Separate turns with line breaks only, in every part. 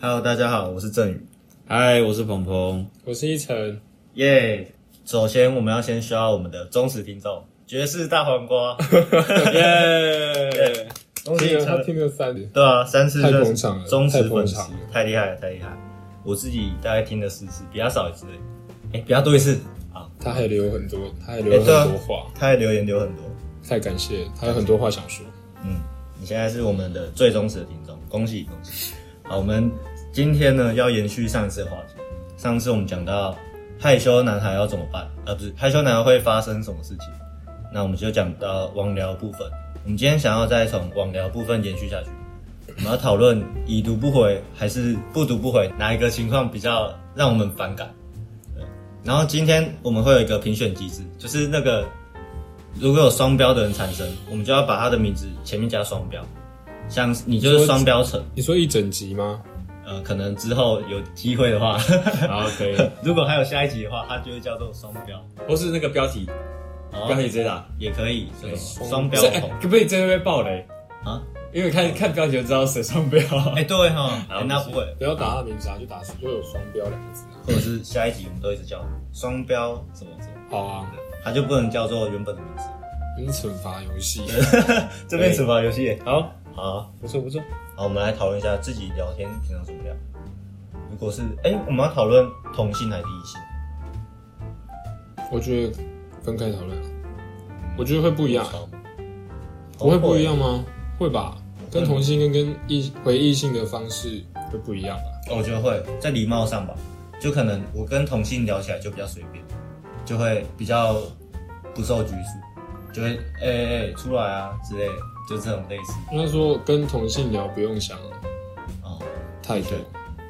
Hello，大家好，我是郑宇。
嗨，我是鹏鹏。
我是一晨，
耶、首先我们要先需要我们的忠实听众，爵士大黄 瓜，
耶！
恭喜
听
你
了
成
他
为
听了三年，
对啊，三次
太
认识
捧场了
忠实
太捧
粉丝
场了，
太厉害了，太厉害了！我自己大概听了四次，比他少一次，哎、比他多一次。好，
他还留很多，他还留
哎对啊
很多话，
他的留言留很多。
太感谢，他有很多话想说。
嗯，你现在是我们的最忠实的听众，恭喜恭喜！好，我们今天呢要延续上次的话题，上次我们讲到害羞男孩要怎么办，呃，不是害羞男孩会发生什么事情，那我们就讲到网聊部分。我们今天想要再从网聊部分延续下去，我们要讨论已读不回还是不读不回，哪一个情况比较让我们反感？对，然后今天我们会有一个评选机制，就是那个如果有双标的人产生，我们就要把他的名字前面加双标，像你就是双标成，
你说一整集吗？
呃，可能之后有机会的话，
好，可以。
如果还有下一集的话，它就会叫做双标，
或是那个标题，
哦
标题直接打。
也可以，这种
双
双标
这哎
红
可不可以这会被爆雷？
啊，
因为看看标题就知道谁双标。
哎，对哈，哎
好
那不会，
不要打他名字啊，就打就有双标两个字啊。
或者是下一集我们都一直叫双标什么什么，
好啊，
它就不能叫做原本的名字，
你惩罚游戏，
这边惩罚游戏，
好，
好，
不错不错。
好，我们来讨论一下自己聊天平常怎么聊，如果是哎，我们要讨论同性还是异性？
我觉得分开讨论啊，我觉得会不一样啊，不
我
会不一样吗？会吧，跟同性跟跟异回异性的方式会不一样啊吧？
哦我觉得会在礼貌上吧，就可能我跟同性聊起来就比较随便，就会比较不受拘束，就会哎哎、哎出来啊之类的，就这种类似
应该说跟同性聊不用想
哦，
太多
对，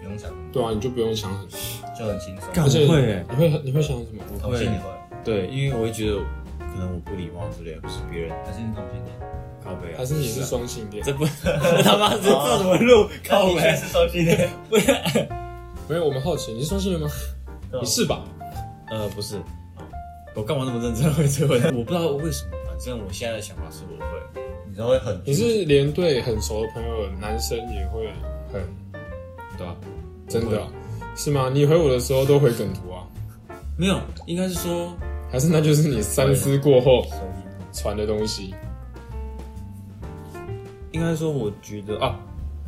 不用想，
对啊，你就不用想很多，
就很轻松。
干
而且
我会欸
你会你会想什么？
同性也会，
对，因为我会觉得可能我不礼貌之类的，不是别人
还是同性恋？
靠背啊。
还是你是双性恋？
这不 哦这他妈这这怎么录靠
你确
背？
实是同性恋，
没有，我们好奇，你是双性恋吗？
对啊
你是吧？
呃，不是，我干嘛那么认真会这问？我不知道为什么，反正我现在的想法是我会。
你都会很
你是连对很熟的朋友，男生也会很
对啊，
真的啊、是吗？你回我的时候都回梗图啊？
没有，应该是说
还是那就是你三思过后
熟悉
传的东西？
应该说，我觉得啊，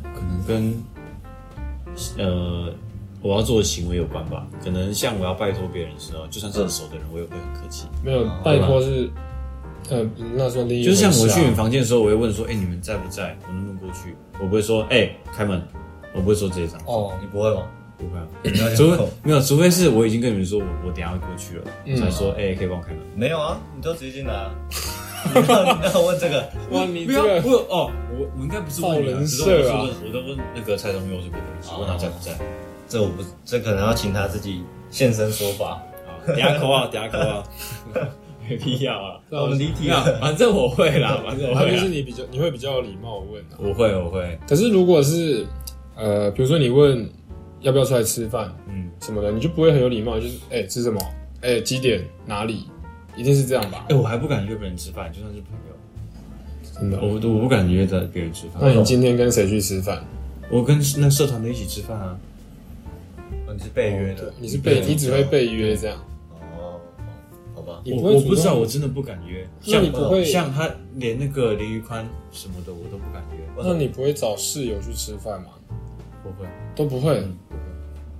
可能跟呃我要做的行为有关吧。可能像我要拜托别人的时候，就算是很熟的人，我也会很客气。
没有
哦
拜托是，呃，那算另一
就
回
是像
事啊、
我去你房间的时候，我会问说：“哎、你们在不在？我能不能过去？”我不会说：“哎、开门。”我不会说这一张，
哦，
你不会吗？
不会啊。
你要 讲
除非
口
没有，除非是我已经跟你们说我我等一下会过去了，
嗯
才说：“哎、可以帮我开门。
没有啊，你都直接进来 啊。你不要你不要问这个，
哇，你”
没
这
有
个，
我哦，我我应该不是问你、
爆
啊，
人
只是我
设
是
啊哦
问，我都问那个蔡宗佑是别人，我问他在不在。
这我不，这可能要请他自己现身说法。
好等一下扣啊，等一下扣啊，没必要啊。
那
我们离
没
题
有
了，，
反正我会 啦，反正我
还
会
啊有
啦
就是。你比较你会比较有礼貌问啊。
我会，我会，
可是如果是呃，比如说你问要不要出来吃饭
嗯。
什么的，你就不会很有礼貌，就是哎、吃什么？哎、几点？哪里？一定是这样吧？
哎、我还不敢约别人吃饭，就算是朋友，
真的。
我不我不敢约在别人吃饭。
那你今天跟谁去吃饭？
我跟那社团的一起吃饭啊。
哦你是被约的。
你是被
对
你只会被约这样，
哦，好吧，
你
我
不会
我
主
不知道，
动
我真的不敢约。
那
像
你不会
像他连那个林宇宽什么的，我都不敢约。
那你不会找室友去吃饭吗？
我会，
都不会。
嗯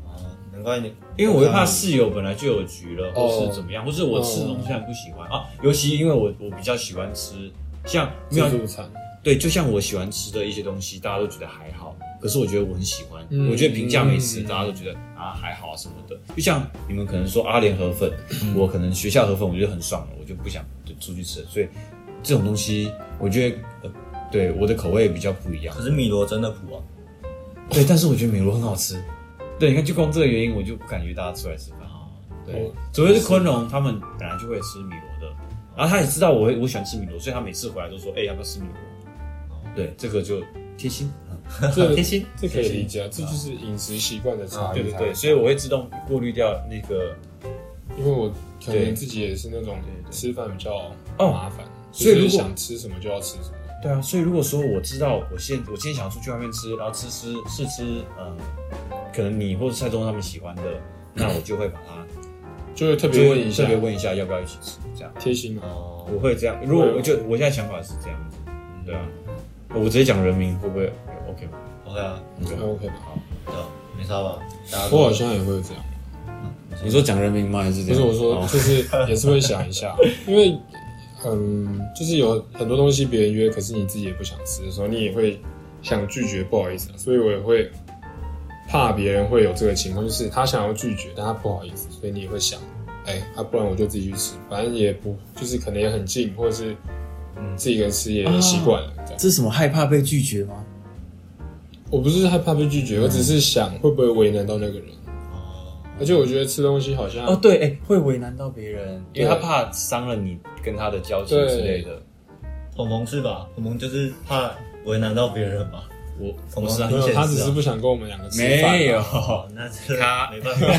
哦，难怪你，
因为我会怕室友本来就有局了，
哦
或是怎么样，或是我吃的东西很不喜欢、啊。尤其因为我我比较喜欢吃，像没有
自助餐，
对，就像我喜欢吃的一些东西，大家都觉得还好，可是我觉得我很喜欢，
嗯
我觉得评价美食，
嗯
大家都觉得啊还好啊什么的。就像你们可能说阿联河粉，
嗯
我可能学校河粉我觉得很爽了，我就不想就出去吃了。所以这种东西，我觉得呃，对我的口味比较不一样
可。是米罗真的普啊，
对，但是我觉得美罗很好吃。对，你看就光这个原因，我就不敢约大家出来吃饭。啊对
哦，
除非是昆龙，他们本来就会吃米罗的，然后他也知道我会我喜欢吃米罗，所以他每次回来都说，哎、要不要吃米罗？对，这个就贴心，
这
贴心，嗯啊
这可以理解，啊这就是饮食习惯的差异。
对对对，所以我会自动过滤掉那个，
因为我可
对
能自己也是那种
对对
吃饭比较
哦
麻烦，
所以
就是
如果
想吃什么就要吃什么。
对啊，所以如果说我知道我现我今天想要出去外面吃，然后吃吃试吃，呃，可能你或者蔡宗他们喜欢的，那我就会把它
就会特别问一下
特，别问一下要不要一起吃，这样
贴心嘛。
哦，
我会这样。
啊
如果我就我现在想法是这样子，对啊，我直接讲人名会不会 OK 吗？
OK 啊，
嗯
还 OK 吧？
对啊，没差吧？大家都
我好像也会这样，
呃
你说讲人名吗？还是这样
不是我说，
哦
就是也是会想 一下，因为嗯，就是有很多东西别人约，可是你自己也不想吃的时候，你也会想拒绝，不好意思、啊，所以我也会怕别人会有这个情况，就是他想要拒绝，但他不好意思，所以你也会想，哎，啊，不然我就自己去吃，反正也不就是可能也很近，或者是嗯自己一个人吃也
啊
习惯了。这样。
这是什么害怕被拒绝吗？
我不是害怕被拒绝，我只
嗯
是想会不会为难到那个人。
哦，
而且我觉得吃东西好像
哦，对，哎，会为难到别人。
因为他怕伤了你跟他的交情
对
之类的。
鹏鹏是吧？鹏鹏就是怕为难到别人吧？
我
鹏鹏
没
很
有，
显
他只
示
是
啊
不想跟我们两个吃饭啊，
哦没有，
哦，那这
他
没办法。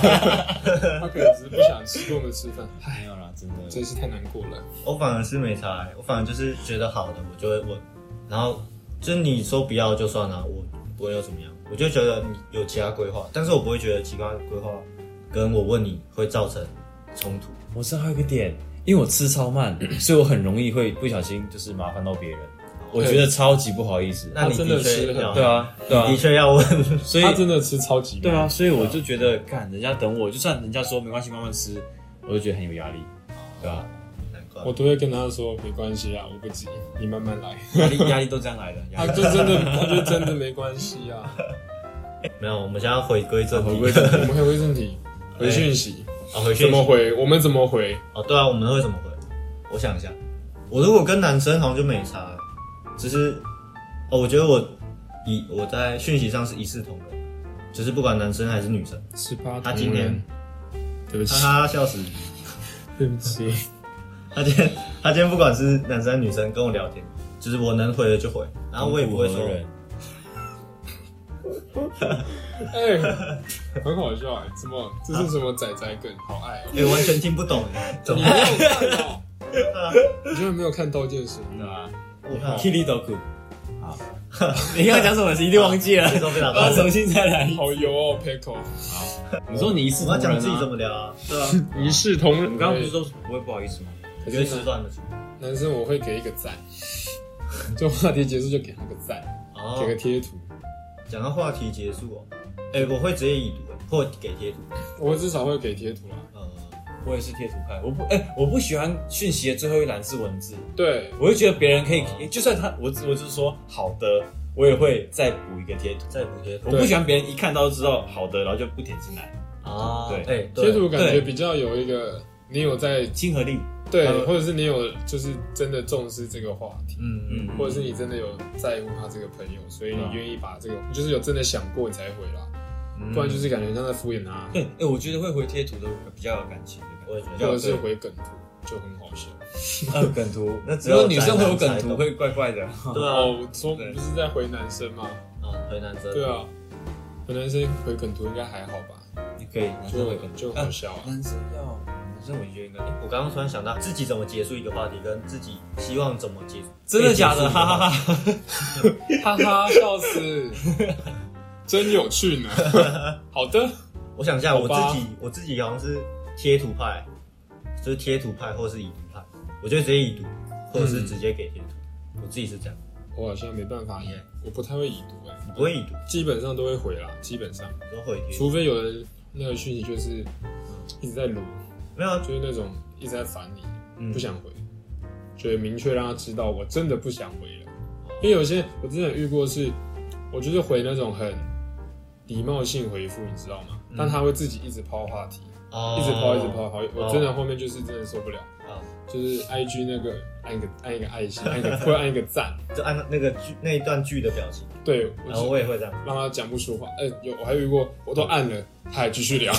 他可能只是不想吃跟我们吃饭，
没有啦，真的。
真是太难过了。
我反而是没差、欸，我反而就是觉得好的我就会问，然后就是你说不要就算了、我不会又怎么样，我就觉得你有其他规划，但是我不会觉得其他规划跟我问你会造成冲突。
我知道还有一个点，因为我吃超 慢，所以我很容易会不小心就是麻烦到别人，我觉得超级不好意思。
那你
啊真的
的确
是很
要
对，啊，对啊
的，确要问，
所以
他真的吃超级慢
对啊，，所以我就觉得，看人家等我，就算人家说没关系，慢慢吃，我就觉得很有压力，对吧、
难怪
我都会跟他说没关系啊，我不急，你慢慢来。
压力压力都这样来的，压
他
力
就真的，他就真的没关系啊。
没有。我们现在要啊回归正题，
回归正
我们回归正题，回讯息
啊，回去
怎么回？我们怎么回？
哦，对啊，我们会怎么回？我想一下，我如果跟男生好像就没差，只是哦，我觉得我以我在讯息上是一视同仁，就是不管男生还是女生，
十八
他今天，
对不起
哈，哈笑死，
对不起，
他今天他今天不管是男生还是女生跟我聊天，就是我能回的就回，然后我也不会说
同人
哎，很好笑哎，怎么这是什么仔仔梗？好爱哦！
哎、完全听不懂， 怎
你
么
没有看到，你居然没有看《刀剑神域
对》？吧
我 靠，
？Kitty d o k 你刚刚讲什么？一定忘记了，
这时候被打
我要
断，
重新再来。
好油哦，Pickle，
你说你一次
我
同
要
仁、
讲
啊，
自己怎么聊啊，对啊，
一视同仁。
我刚刚不是都不会不好意思吗？
我觉得时段的
男生我会给一个赞， 就话题结束就给他个赞，
哦
给个，贴图，
讲到话题结束哦，哎、我会直接已读、哎或给贴图，
我至少会给贴图啦。
呃。
我也是贴图派，我不哎、我不喜欢讯息的最后一栏是文字，
对，
我会觉得别人可以，
哦
诶就算他我只我就是说好的，我也会再补一个贴图。
再补贴图
我不喜欢别人一看到就知道好的，然后就不点进来，
啊
对
哎，
贴图感觉
对
比较有一个你有在
亲和力。
对
呃，
或者是你有就是真的重视这个话题，
嗯嗯，
嗯
或者是你真的有在乎他这个朋友，所以
嗯
你愿意把这个，你就是有真的想过你才回啦，
嗯
不然就是感觉像在敷衍他，
对，哎、我觉得会回贴图的比较有感情的感觉，
我也觉得
比
或
较
者是
有
回梗图就很好笑。
呃梗图
那只
只
有
有女生
宅
会
男
有梗
才
图
懂
会怪怪的。
对啊，
哦，我说
对
不是在回男生吗？
啊，回南生
对，啊，回男生回梗图应该还好吧，
你 可以男生会
就
梗图哎
就，好笑啊。
嗯男生要男生我觉得应该
我刚刚突然想到，自己怎么结束一个话题，跟自己希望怎么结束，
真的假
被
的，
结束一个
哈
话
哈
题，
哈。
哈哈，笑 死，真有趣 呢。好的，
我想一下，
好
我
吧
自己我自己好像是贴图派，就是贴图派或是已读派，我就直接已读，或者是直接给贴图，
嗯
我自己是这样，
我好像没办法耶，我不太会已读哎，嗯
你不会已读，
基本上都会回啦，基本上，
你都回贴，
除非有人那个讯息就是嗯一直在撸，
没有啊，
就是那种一直在烦你，
嗯
不想回，就明确让他知道我真的不想回了。因为有些我之前有遇过是，我就是回那种很礼貌性回复，你知道吗？但他会自己一直抛话题，
哦
一直抛，一直抛，好，我真的后面就是真的受不了。
啊，
就是 I G 那个按一个按一个爱心，按一个 或者按一个赞，
就按那个剧那一段剧的表情，
对，我
然后
就
我也会这 样，
让他讲不出话。哎、有我还遇过，我都按了，他还继续聊，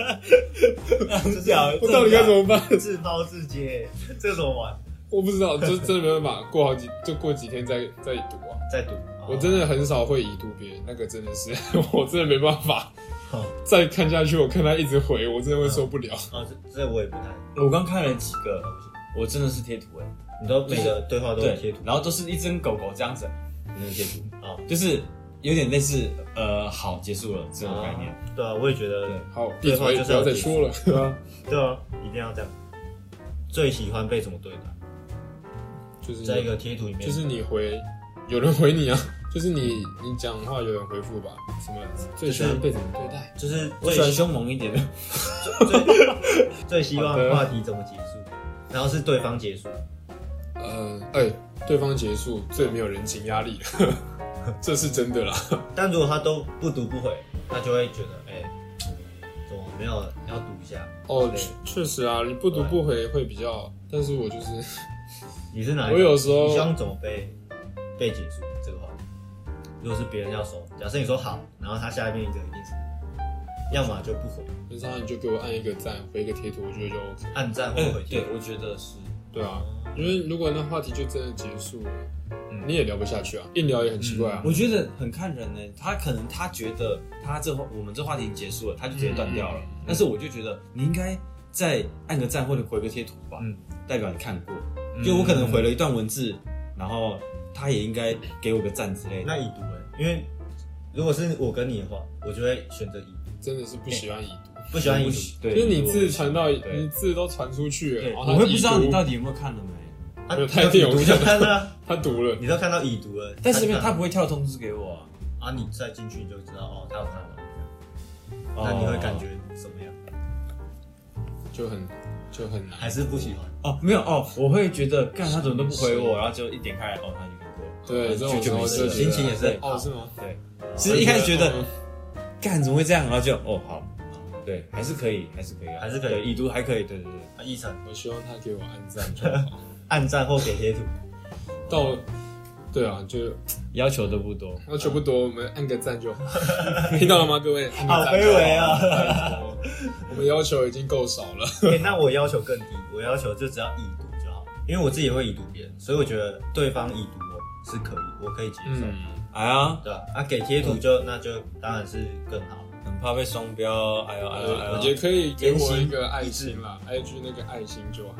就这样，
我到底该怎么办？
自抛自接，这怎么玩？
我不知道，就真的没办法，过好几就过几天再再读啊。
再读，
我真的很少会已读别人，那个真的是 我真的没办法
好。
再看下去，我看他一直
哦
回，我真的会受不了。
啊，这这我也不太。
我刚看了几个，我真的是贴图哎、
你都每个对话都有贴
对
图，，
然后都是一只狗狗这样子，没有贴图
啊
就是有点类似呃，好结束了这种概念。
对啊，我也觉得
对
好，闭
对话
嘴，
就是
不
要
要再说了。
对啊，对啊，一定要这样。最喜欢被怎么对待？
就是
在一个贴图里面，
就是你回，有人回你啊， 就是你你讲话有人回复吧，什么最喜欢被怎么对待？
就是
我
最
喜欢凶猛一点的，
最最希望
好的
话题怎么结束，然后是对方结束，
呃，哎、对方结束最没有人情压力 了，这是真的啦。
但如果他都不读不回，他就会觉得哎、怎么没有要读一下？
哦，
对
确确实啊，你不读不回会比较，但是我就是
你是哪一种？
我有时候
你希望怎么被被结束这个话题？如果是别人要收，假设你说好，然后他下面一个一定是，要么就不回，
平啊常你就给我按一个赞，回一个贴图，我觉得就 OK。
暗赞或回帖
对，，我觉得是。
对啊，因为如果那话题就真的结束了，
嗯
你也聊不下去啊，硬聊也很奇怪啊。
我觉得很看人呢、他可能他觉得他这话我们这话题已经结束了，他就直接断掉了。
嗯
但是我就觉得你应该再按个赞或者回个贴图吧，
嗯
代表你看过。
嗯
就我可能回了一段文字，然后他也应该给我个赞之类的。
那已读哎、因为如果是我跟你的话，我就会选择已读，
真的是不喜欢已读，
不喜欢已
不
读。
喜对，
就是你字
我
传到
对
你字都传出去了，
对
然后
我
他
会
已
不知道
读
你到底有没有看了没，
啊
没有太电
你读
我
就
不
看了啊，
他读了，
你都看到已读了，
但是
他就
他
看
不会跳通知给我啊。
啊，你再进去你就知道哦，他有看到这样，
哦
那你会感觉怎么样？
就很就很难。
还是不喜欢？
哦，没有哦，我会觉得干他怎么都不回我，然后就一点开来哦，他已经看过了。
对，这种
就
时候
没事
就
了
觉得
心情也是很
哦，是吗？
其实一开始觉
嗯
得干怎么会这样，然后就哦好，对，还是可以，还是可以啊，
还是可以
对已读还可以，对对对。
啊，一晨
我希望他给我按赞就好。
暗赞或给贴图，
到，对啊，就
要求都不多，
要求不多，我们按个 赞就好。听到了吗，各位？按个
好
赞
卑
就
微啊！
拜托我们要求已经够少 了。
欸那我要求更低，我要求就只要已读就好，因为我自己也会已读别人，所以我觉得对方已读我是可以，我可以接受，
嗯，
哎呀，
对吧、啊？给贴图就那就当然是更好，
很怕被双标，哎呦哎呦哎
呃我
呦，
觉得可以给我一个爱心啦，IG 那个爱心就好。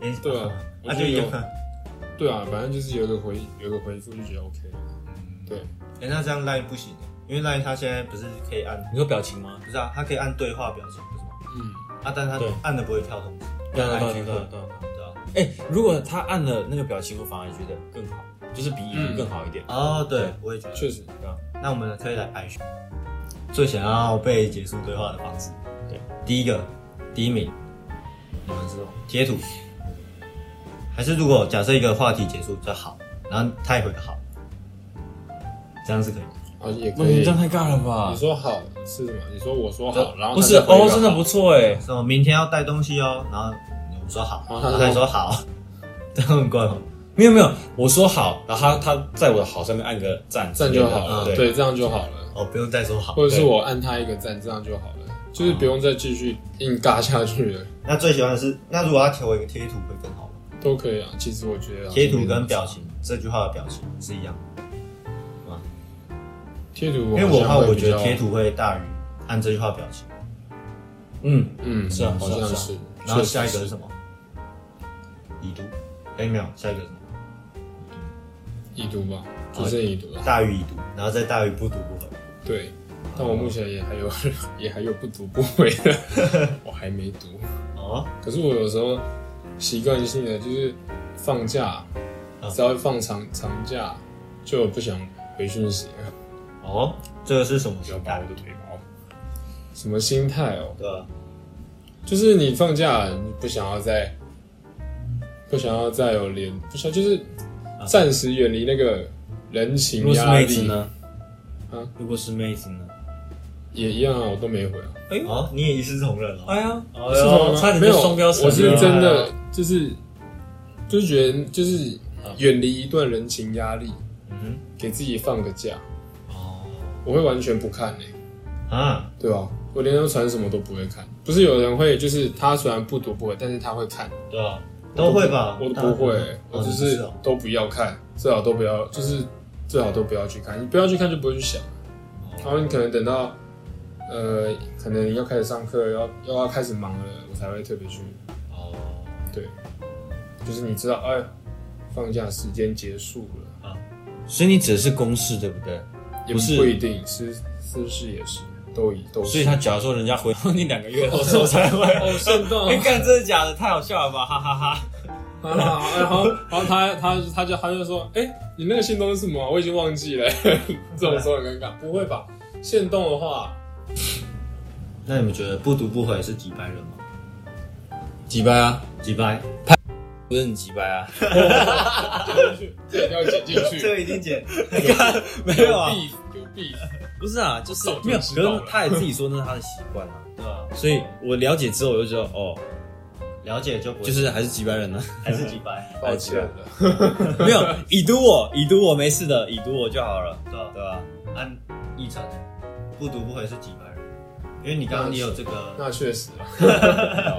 欸
对啊
那
我觉
就
得
有
有。对啊，反正就是有一个回有一个回复就觉得 OK 了。对，
哎、那这样 line 不行，因为 line 它现在不是可以按，
你说表情吗？
不是啊，它可以按对话表情，不是吗？
嗯，
啊，但它
对
按了不会跳通知，
对啊
但
对啊
IG
对啊
会
对啊
对啊。
哎，如果他按了那个表情，我反而觉得更好，就是比已读更好一点。
哦，对
对，
我也觉得。
确实，
那我们可以来排序，最想要被结束对话的方式。
对，
第一个，第一名，你们是什么贴图，还是如果假设一个话题结束就好，然后他也回个好，这样是可以的。
啊也
不
可
行，
以
这。样太尬了吧
你？说好是什么？你说我说好，然后
不
他
是
就回
哦，
了
真的
好
不错哎，
什么明天要带东西哦，然后我们说好，
哦
然后他也说好，这样很怪吗？哦
没有没有，我说好，然后他他在我的好上面按个赞，
赞就好
嗯
了，
对，
对，这样就好了。
哦，不用再说好。
或者是
对
我按他一个赞，这样就好了，就是不用再继续硬尬下去了，
那最喜欢的是，那如果他调一个贴图会更好吗？
都可以啊。其实我觉得啊
贴图跟表情这句话的表情是一样的，
贴图，
因为我的话，我觉得贴，图会大于按这句话表情。
嗯，
嗯，
是啊
好
是啊
像
是
是。
然后下一
确
个
实
是什么？已读。哎，没有，下一个是什么？
已读吧，只剩已读了。
大于已读，然后再大于不读不回。
对，但
哦
我目前也还有 也还有不读不回的， 我还没读。
哦，
可是我有时候习惯性的就是放假，
嗯
只要放长长假，就不想回讯息了，
哦，这个是什么
不
时
要拔
代
我？的腿毛。什么心态哦？
对啊吧？
就是你放假，你不想要再，不想要再有连，不想就是暂时远离那个人
如
情
啊果是
压
妹子
力，
呢？
啊，
如果是妹子呢？
也一样啊，我都没回啊。
哎呦，
哦，你也一视同仁了。
哎呀，
哦
是
哟，
吗差点
没有
就双标成了啊
我是真的就是就是觉得就是远离一段人情压力，
嗯
给自己放个假，
哼，哦，
我会完全不看呢、
啊，
对吧、我连他传什么都不会看，不是有人会，就是他虽然不读不回，但是他会看，
对吧？都会吧？
我都
大家
不会、
都
我
哦
就
你
是
不哦
都不要看，最好都不要，就是最好都不要去看。你不要去看就不会去想，然后你可能等到呃，可能要开始上课，要要要开始忙了，我才会特别去，
哦，
对，就是你知道，哎，放假时间结束了，
所以你指的是公式对不对？
也
不是
不一定，私私事也是，都一都是。
所
哦
以他假如说人家回
你两个月后之后才会。
好生动
哎，干，真的假的？太好笑了吧，哈哈哈
啊！然后然后然后他他他就他就说，哎、你那个线动是什么啊？我已经忘记了。这种时候很尴尬，不会吧？线动的话，
那你们觉得不读不回是几百人吗？
几班啊？
几百？
不是很鸡掰啊？
这一定要剪进去，
这个一定减。
没
有
有啊，
beef 有 beef，
不是啊，就是
早就
没有。
知道了
可是他也自己说那是他的习惯啊，
对啊，
所以我了解之后我就觉得，哦，
了解就不会
就是还是几百人呢、
还是几百，
抱歉了。
没有，已读我，已读我没事的，已读我就好了，
对啊吧、
对吧？
按议程，欸不读不回是几百人，因为你刚刚也有这个，
那确实啊，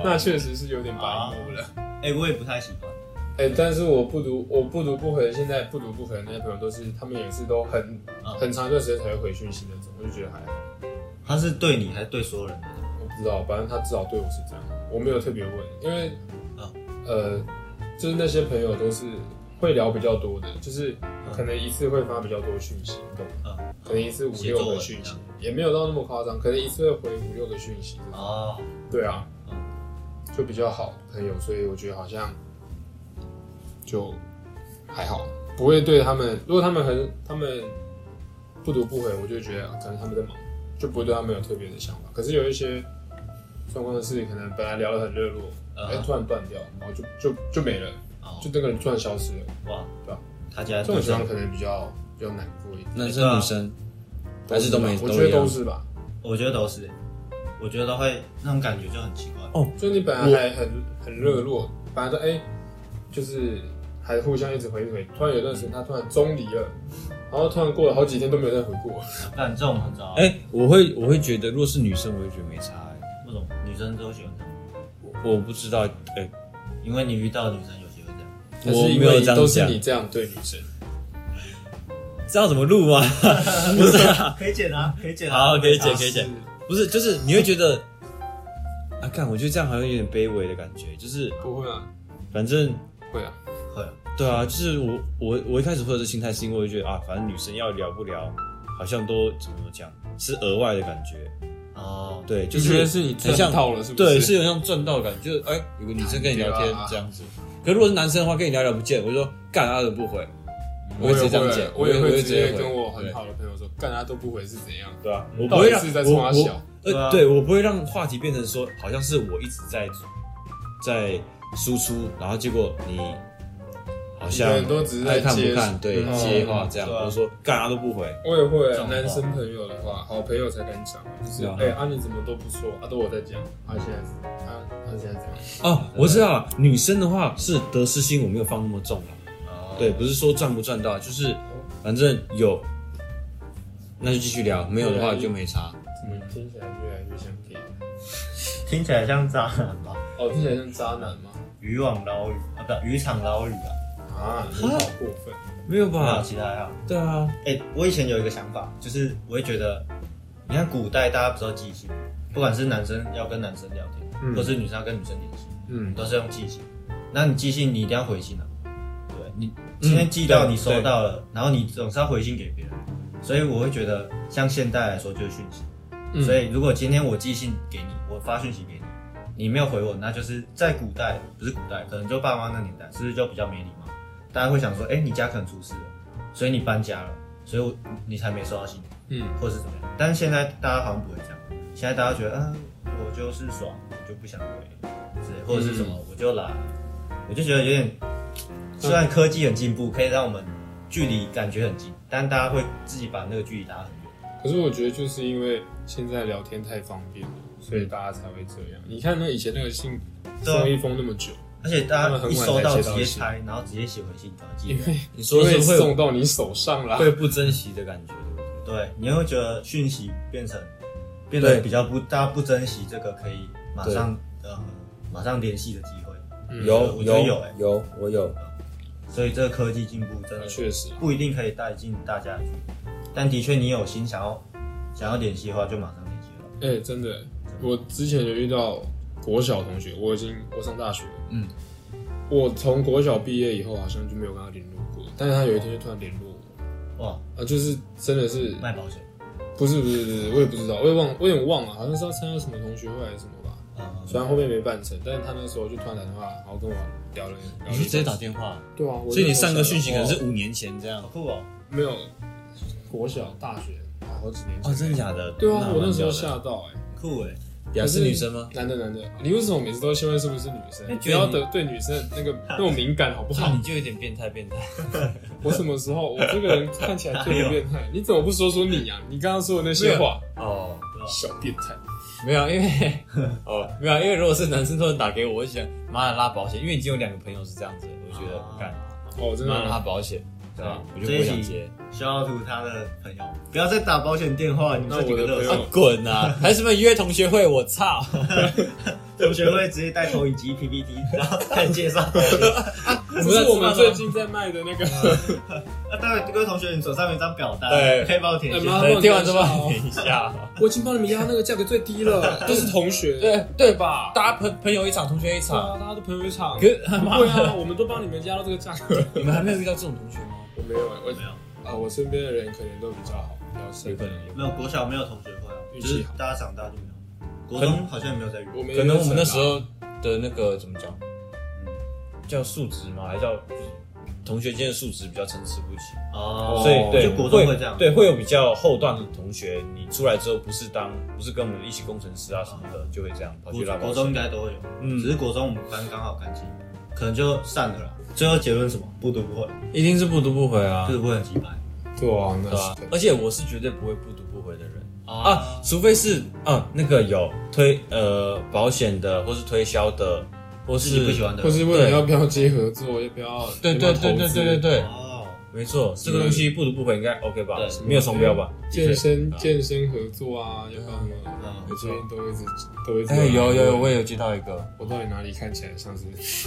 那确实是有点白目了。
哎、我也不太喜欢。
哎、但是我不读，我不读不回。现在不读不回的那些朋友都是，他们也是都很、
啊
很长一段时间才会回讯息那种，我就觉得还好。
他是对你还是对所有人的？
我不知道，反正他至少对我是这样，我没有特别问，因为
啊
呃，就是那些朋友都是会聊比较多的，就是可能一次会发比较多讯息，你懂吗？
嗯，
可能一次五
写
六
作
个
文
讯
这
息
样，
也没有到那么夸张，可能一次会回五六个讯息。
哦，
对啊
嗯，
就比较好朋友，所以我觉得好像就还好，不会对他们，如果他们很他们不读不回，我就觉得可能他们在忙，就不会对他们有特别的想法。可是有一些状况是，可能本来聊得很热络，
嗯
哎、突然断掉，然后就就就没了，
哦
就那个人突然消失了。
哇，
对啊
他家
这种情况可能比较比较难过一点，
男生女生还是都没
我
都
觉得
一样
都是吧。
我觉得都是，欸我觉得都会那种感觉就很奇怪。啊
就你本来还很很热络，本来说哎、就是还互相一直回一回，突然有段时间他突然中离了，然后突然过了好几天都没有再回过，
但这种很糟，啊
哎、我会我会觉得，如果是女生，我会觉得没差、欸。
那种女生都喜欢这样，
我不知道，哎、
因为你遇到的女生有些会这样。
还是因
没有
为
这样
都是
讲
你这样对女生，
知道怎么录吗？
不是、啊，可以剪啊，可以剪
好，可以解，
啊
可以解。
是
不是，就是你会觉得，啊，看，我觉得这样好像有点卑微的感觉。就是
不会啊，
反正，
会啊，
会啊，
对啊，就是我我我一开始会有这心态，是因为我就觉得啊，反正女生要聊不聊，好像都怎么讲是额外的感觉。
哦，
对，就
就觉
是
得是你
很
赚
像
套了，是不
对，
是
是有像赚到的感觉，就是哎、有个女生跟你聊天
对啊
这样子。可如果是男生的话，跟你聊聊不见，我就说干啊他都不回，
我
我会直接这
也
样
会
讲，，
嗯我也
我
会
会
直
接
接
回
跟我很
对
好的朋友说，干他都不回是怎样？
对啊，我不
到
会
底
让
是在冲
我
他
我
小？
对啊
呃，对，我不会让话题变成说，好像是我一直在在输出，然后结果你好像
你可能都只是在
爱看
接
不看，对，
嗯
接话这样，
对啊
或者说干啥都不回，
我也会
这种
啊，
话
男生朋友的话，好朋友才敢讲啊，就是
是啊
哎啊你怎么都不说啊，都我在讲，啊现在啊啊现在怎样？
哦，我知道了，女生的话是得失心我没有放那么重啊，
哦，
对，不是说赚不赚到，就是反正有，那就继续聊，没有的话就没差。
怎么听起来越来越像 gay？
听起来像渣男吧？
哦，听起来像渣男吗？
渔网捞鱼啊，不，渔场捞鱼啊，
啊，你好过分！
没有
没有
吧？
其他还好。
对啊，
哎、我以前有一个想法，就是我会觉得，你看古代大家不是都寄信，不管是男生要跟男生聊天，
嗯
或是女生要跟女生联系，
嗯，
都是用寄信。那你寄信，你一定要回信啊。对你今天寄到，
嗯对
你收到了，然后你总是要回信给别人。所以我会觉得，像现代来说就是讯息。
嗯
所以如果今天我寄信给你，我发讯息给你，你没有回我，那就是在古代，不是古代，可能就爸妈那年代，是不是就比较没礼貌？大家会想说，哎、你家可能出事了，所以你搬家了，所以我你才没收到信，
嗯，
或是怎么样？但是现在大家好像不会这样，现在大家觉得，嗯、我就是爽，我就不想回，之类，或者是什么，我就懒，我就觉得有点，虽然科技很进步，可以让我们距离感觉很近，但大家会自己把那个距离拉很远。
可是我觉得就是因为现在聊天太方便了，所以大家才会这样。你看那以前那个信
对啊
封一封那么久，
而且大家一收
他
到直
们很晚才接到
接
信
拆，然后直接写回信条寄
因
人。
为
你
因
说是
为
会
送到你手上啦。
会不珍惜的感觉，对不对？
对，你会觉得讯息变成变得
对
比较不，大家不珍惜这个可以马上呃马上联系的机会，
嗯
有我觉得有欸
有我有，
所以这个科技进步真的
确实啊，
不一定可以带进大家的距离，但的确你有心想要想要联系的话，就马上联系了。
哎，真的，我之前有遇到国小同学，我已经我上大学，
嗯，
我从国小毕业以后，好像就没有跟他联络过，但是他有一天就突然联络我，
哇，
啊，就是真的是
嗯
卖保险
不是不是不是，我也不知道，我也忘，我有点忘了，好像是要参加什么同学会还是什么吧。
啊，
虽然后面没办成，但是他那时候就突然打电话，然后跟我聊了。聊了
你
一
是直接打
阵子？
电话，
对啊，我
所以你
就
上个讯息可能
哦
是五年前这样
好。酷哦，
没有国小、大学，啊好几年前。
哦，真的假的？
对啊，我那
蛮
时
屌
候
的
吓到哎、
酷哎，
雅是女生吗？
男的男的，你为什么每次都希望是不是女生？
那
你
觉
不
得
要
你
得对女生 那个那种敏感好不
那
好
你？就有点变态，变态。
我什么时候我这个人看起来最不变态？你怎么不说说你啊？你刚刚说的那些话，
哦，
小变态。
没有，因为 哦，没有，因为如果是男生突然打给我，我就想妈的拉保险，因为已经有两个朋友是这样子，我就觉得
啊
干
哦，真
妈的拉
的，
保险，嗯对啊，我就不
这
会
一
想
集
接。
肖耀图他的朋友，不要再打保险电话，你们这几个
那我
乐
的朋
啊
色
友，
滚啊！还什么约同学会？我 操！
同学会直接带投影机 PPT，然 后开始介绍保险。
这是我们最
啊
近在卖的那个。
那当然，各位同学，你手上有一张表单，
对
可以帮我填一
哎妈
下。
对听完之后等一下，
我已经帮你们压那个价格最低了，都是同学。对
对对 吧？ 大家朋朋友一场，同学一场。
啊，大家都朋友一场。
可是他妈
对啊，
的，
我们都帮你们压到这个价 格。
你们还没有遇到这种同学吗？
我没有，
没
我
有
啊，我身边的人可能都比较好，比较深。
能
没有国小没有同学会啊，
运
就
气
是
好
大家长大就没有。国中好像也没有在遇。
我们
可能我们那时候的那个怎么讲，叫数值吗？还叫就是同学间的数值比较参差不齐，
哦
所以对
就国中会这样。
对，会有比较后段的同学，你出来之后不是当不是跟我们一起工程师啊什么的，就会这样跑
国
去拉
国
保
中应
险。
该都会有，
嗯
只是国中我们班刚好干净，可能就散了啦。最后结论是什么？不读不会，
一定是不读不回啊
就是不会很鸡掰
对啊，
对
那
吧
是对？
而且我是绝对不会不读不回的人。
哦
啊，除非是啊，那个有推呃保险的，或是推销的，或
自
是
己不喜欢的
或
人。
是为了要不要接合作，要不要
对对对对对对
对，
对，
哦，
没错，这个东西不读不回应该 OK 吧
对？
没有双标吧？
健身
对
健身合作啊，要不要什么？
嗯
我最近都一直都一直
哎，有有有，我也有接到一个，
我到底哪里看起来像是？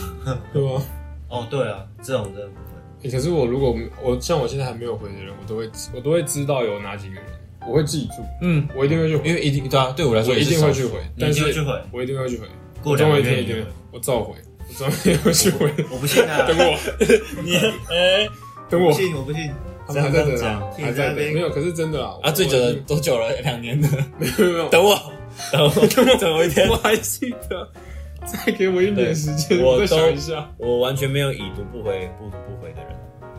对吧？
哦，对啊，这种真的不会。
欸可是我如果我像我现在还没有回的人，我都会我都会知道有哪几个人，我会记住，
嗯，
我一定会去回，
因为一定对啊，对我来说
我
也
一
是
定
少
会
数
去回，
你
但
一
是
定会去回，
我一定会去回，
过
总
两
有
个
一天
月
一
你
定会
会，
我照回，我总有一天会去回。
我不信啊！
等我，
哎
等
我 不，
我
信，我不信。
他们还在等
这
啊
样，
还在等，没有，可是真的啦，
啊，最久的多久了？两年的，
没有没有，
等我，等我，等我一天
我，还记得，再给我一点时间，
对
我再
我都
想一下。
我完全没有已读不回、不读不回的人，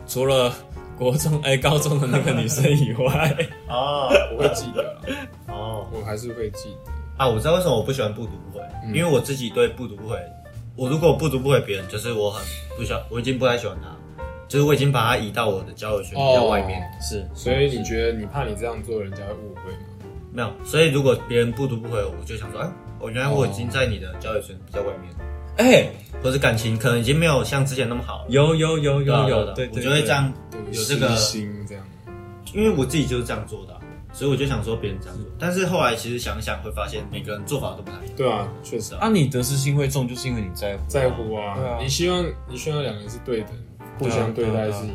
除了国中哎高中的那个女生以外，啊
哦
我会记得啦，
哦
我还是会记得。
啊！我知道为什么我不喜欢不读不回，
嗯
因为我自己对不读不回，我如果不读不回别人，就是我很不喜欢，我已经不太喜欢他，就是我已经把他移到我的交友圈
哦
比较外面。
是
所以你觉得你怕你这样做人家会误会吗？
没有，所以如果别人不读不回我，我就想说，哎，我原来我已经
哦
在你的交友圈比较外面，
哎，
或者感情可能已经没有像之前那么好了。
有有有
对啊
有有，
对啊
对，
我就会这样，有这个
私心这样，
因为我自己就是这样做的啊、所以我就想说别人这样做，但是后来其实想想会发现每个人做法都不太一样。
对啊，确实
啊，你得失心会重，就是因为你在乎，
在乎
对
啊
啊。
你希望你希望两个人是对等，互相对待是一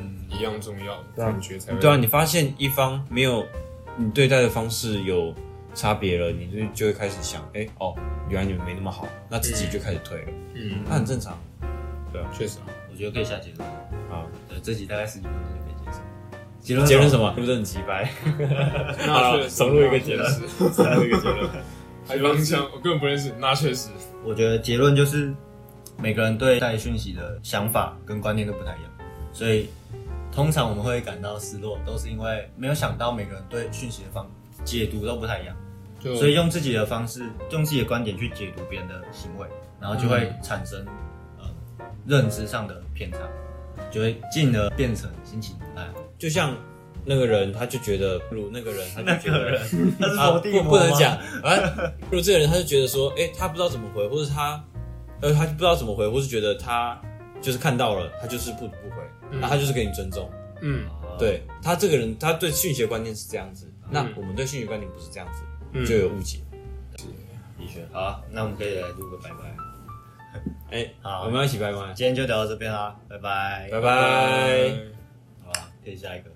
嗯，
一样重要，感觉才会
对啊，你发现一方没有你对待的方式有差别了，你就就会开始想，哎、哦，原来你们没那么好，那自己就开始退了，
嗯，
那很正常
确实啊。
我觉得可以下结论。
啊。
对，呃这集大概十几分钟就可以结束。结论
结论
么？
什么？是不是很直白？
那确实，啊
走入一个结论
那 确实，
还有一个结论，
还刚枪，我根本不认识。那确实，
我觉得结论就是每个人对待讯息的想法跟观念都不太一样，所以通常我们会感到失落，都是因为没有想到每个人对讯息的方解读都不太一样，
就
所以用自己的方式，用自己的观点去解读别人的行为，然后就会产生、呃认知上的偏差，就会进而变成心情不太好。
就像那个人，他就觉得，如那个人，他就觉得。
人，他是
啊，
佛地
不
魔
不能
吗
讲。啊，如果这个人他就觉得说，哎、他不知道怎么回，或者他，呃，他不知道怎么回，或是觉得他就是看到了，他就是不不回，那、
嗯
他就是给你尊重。
嗯
对他这个人，他对讯息的观念是这样子，那
嗯
我们对讯息观念不是这样子，
嗯
就有误解。
的确。好啊，那我们可以来录个拜拜。
哎、
好
我们要一起拜拜，
今天就聊到这边啦，拜拜，
拜拜。
拜
好吧，可以下一个。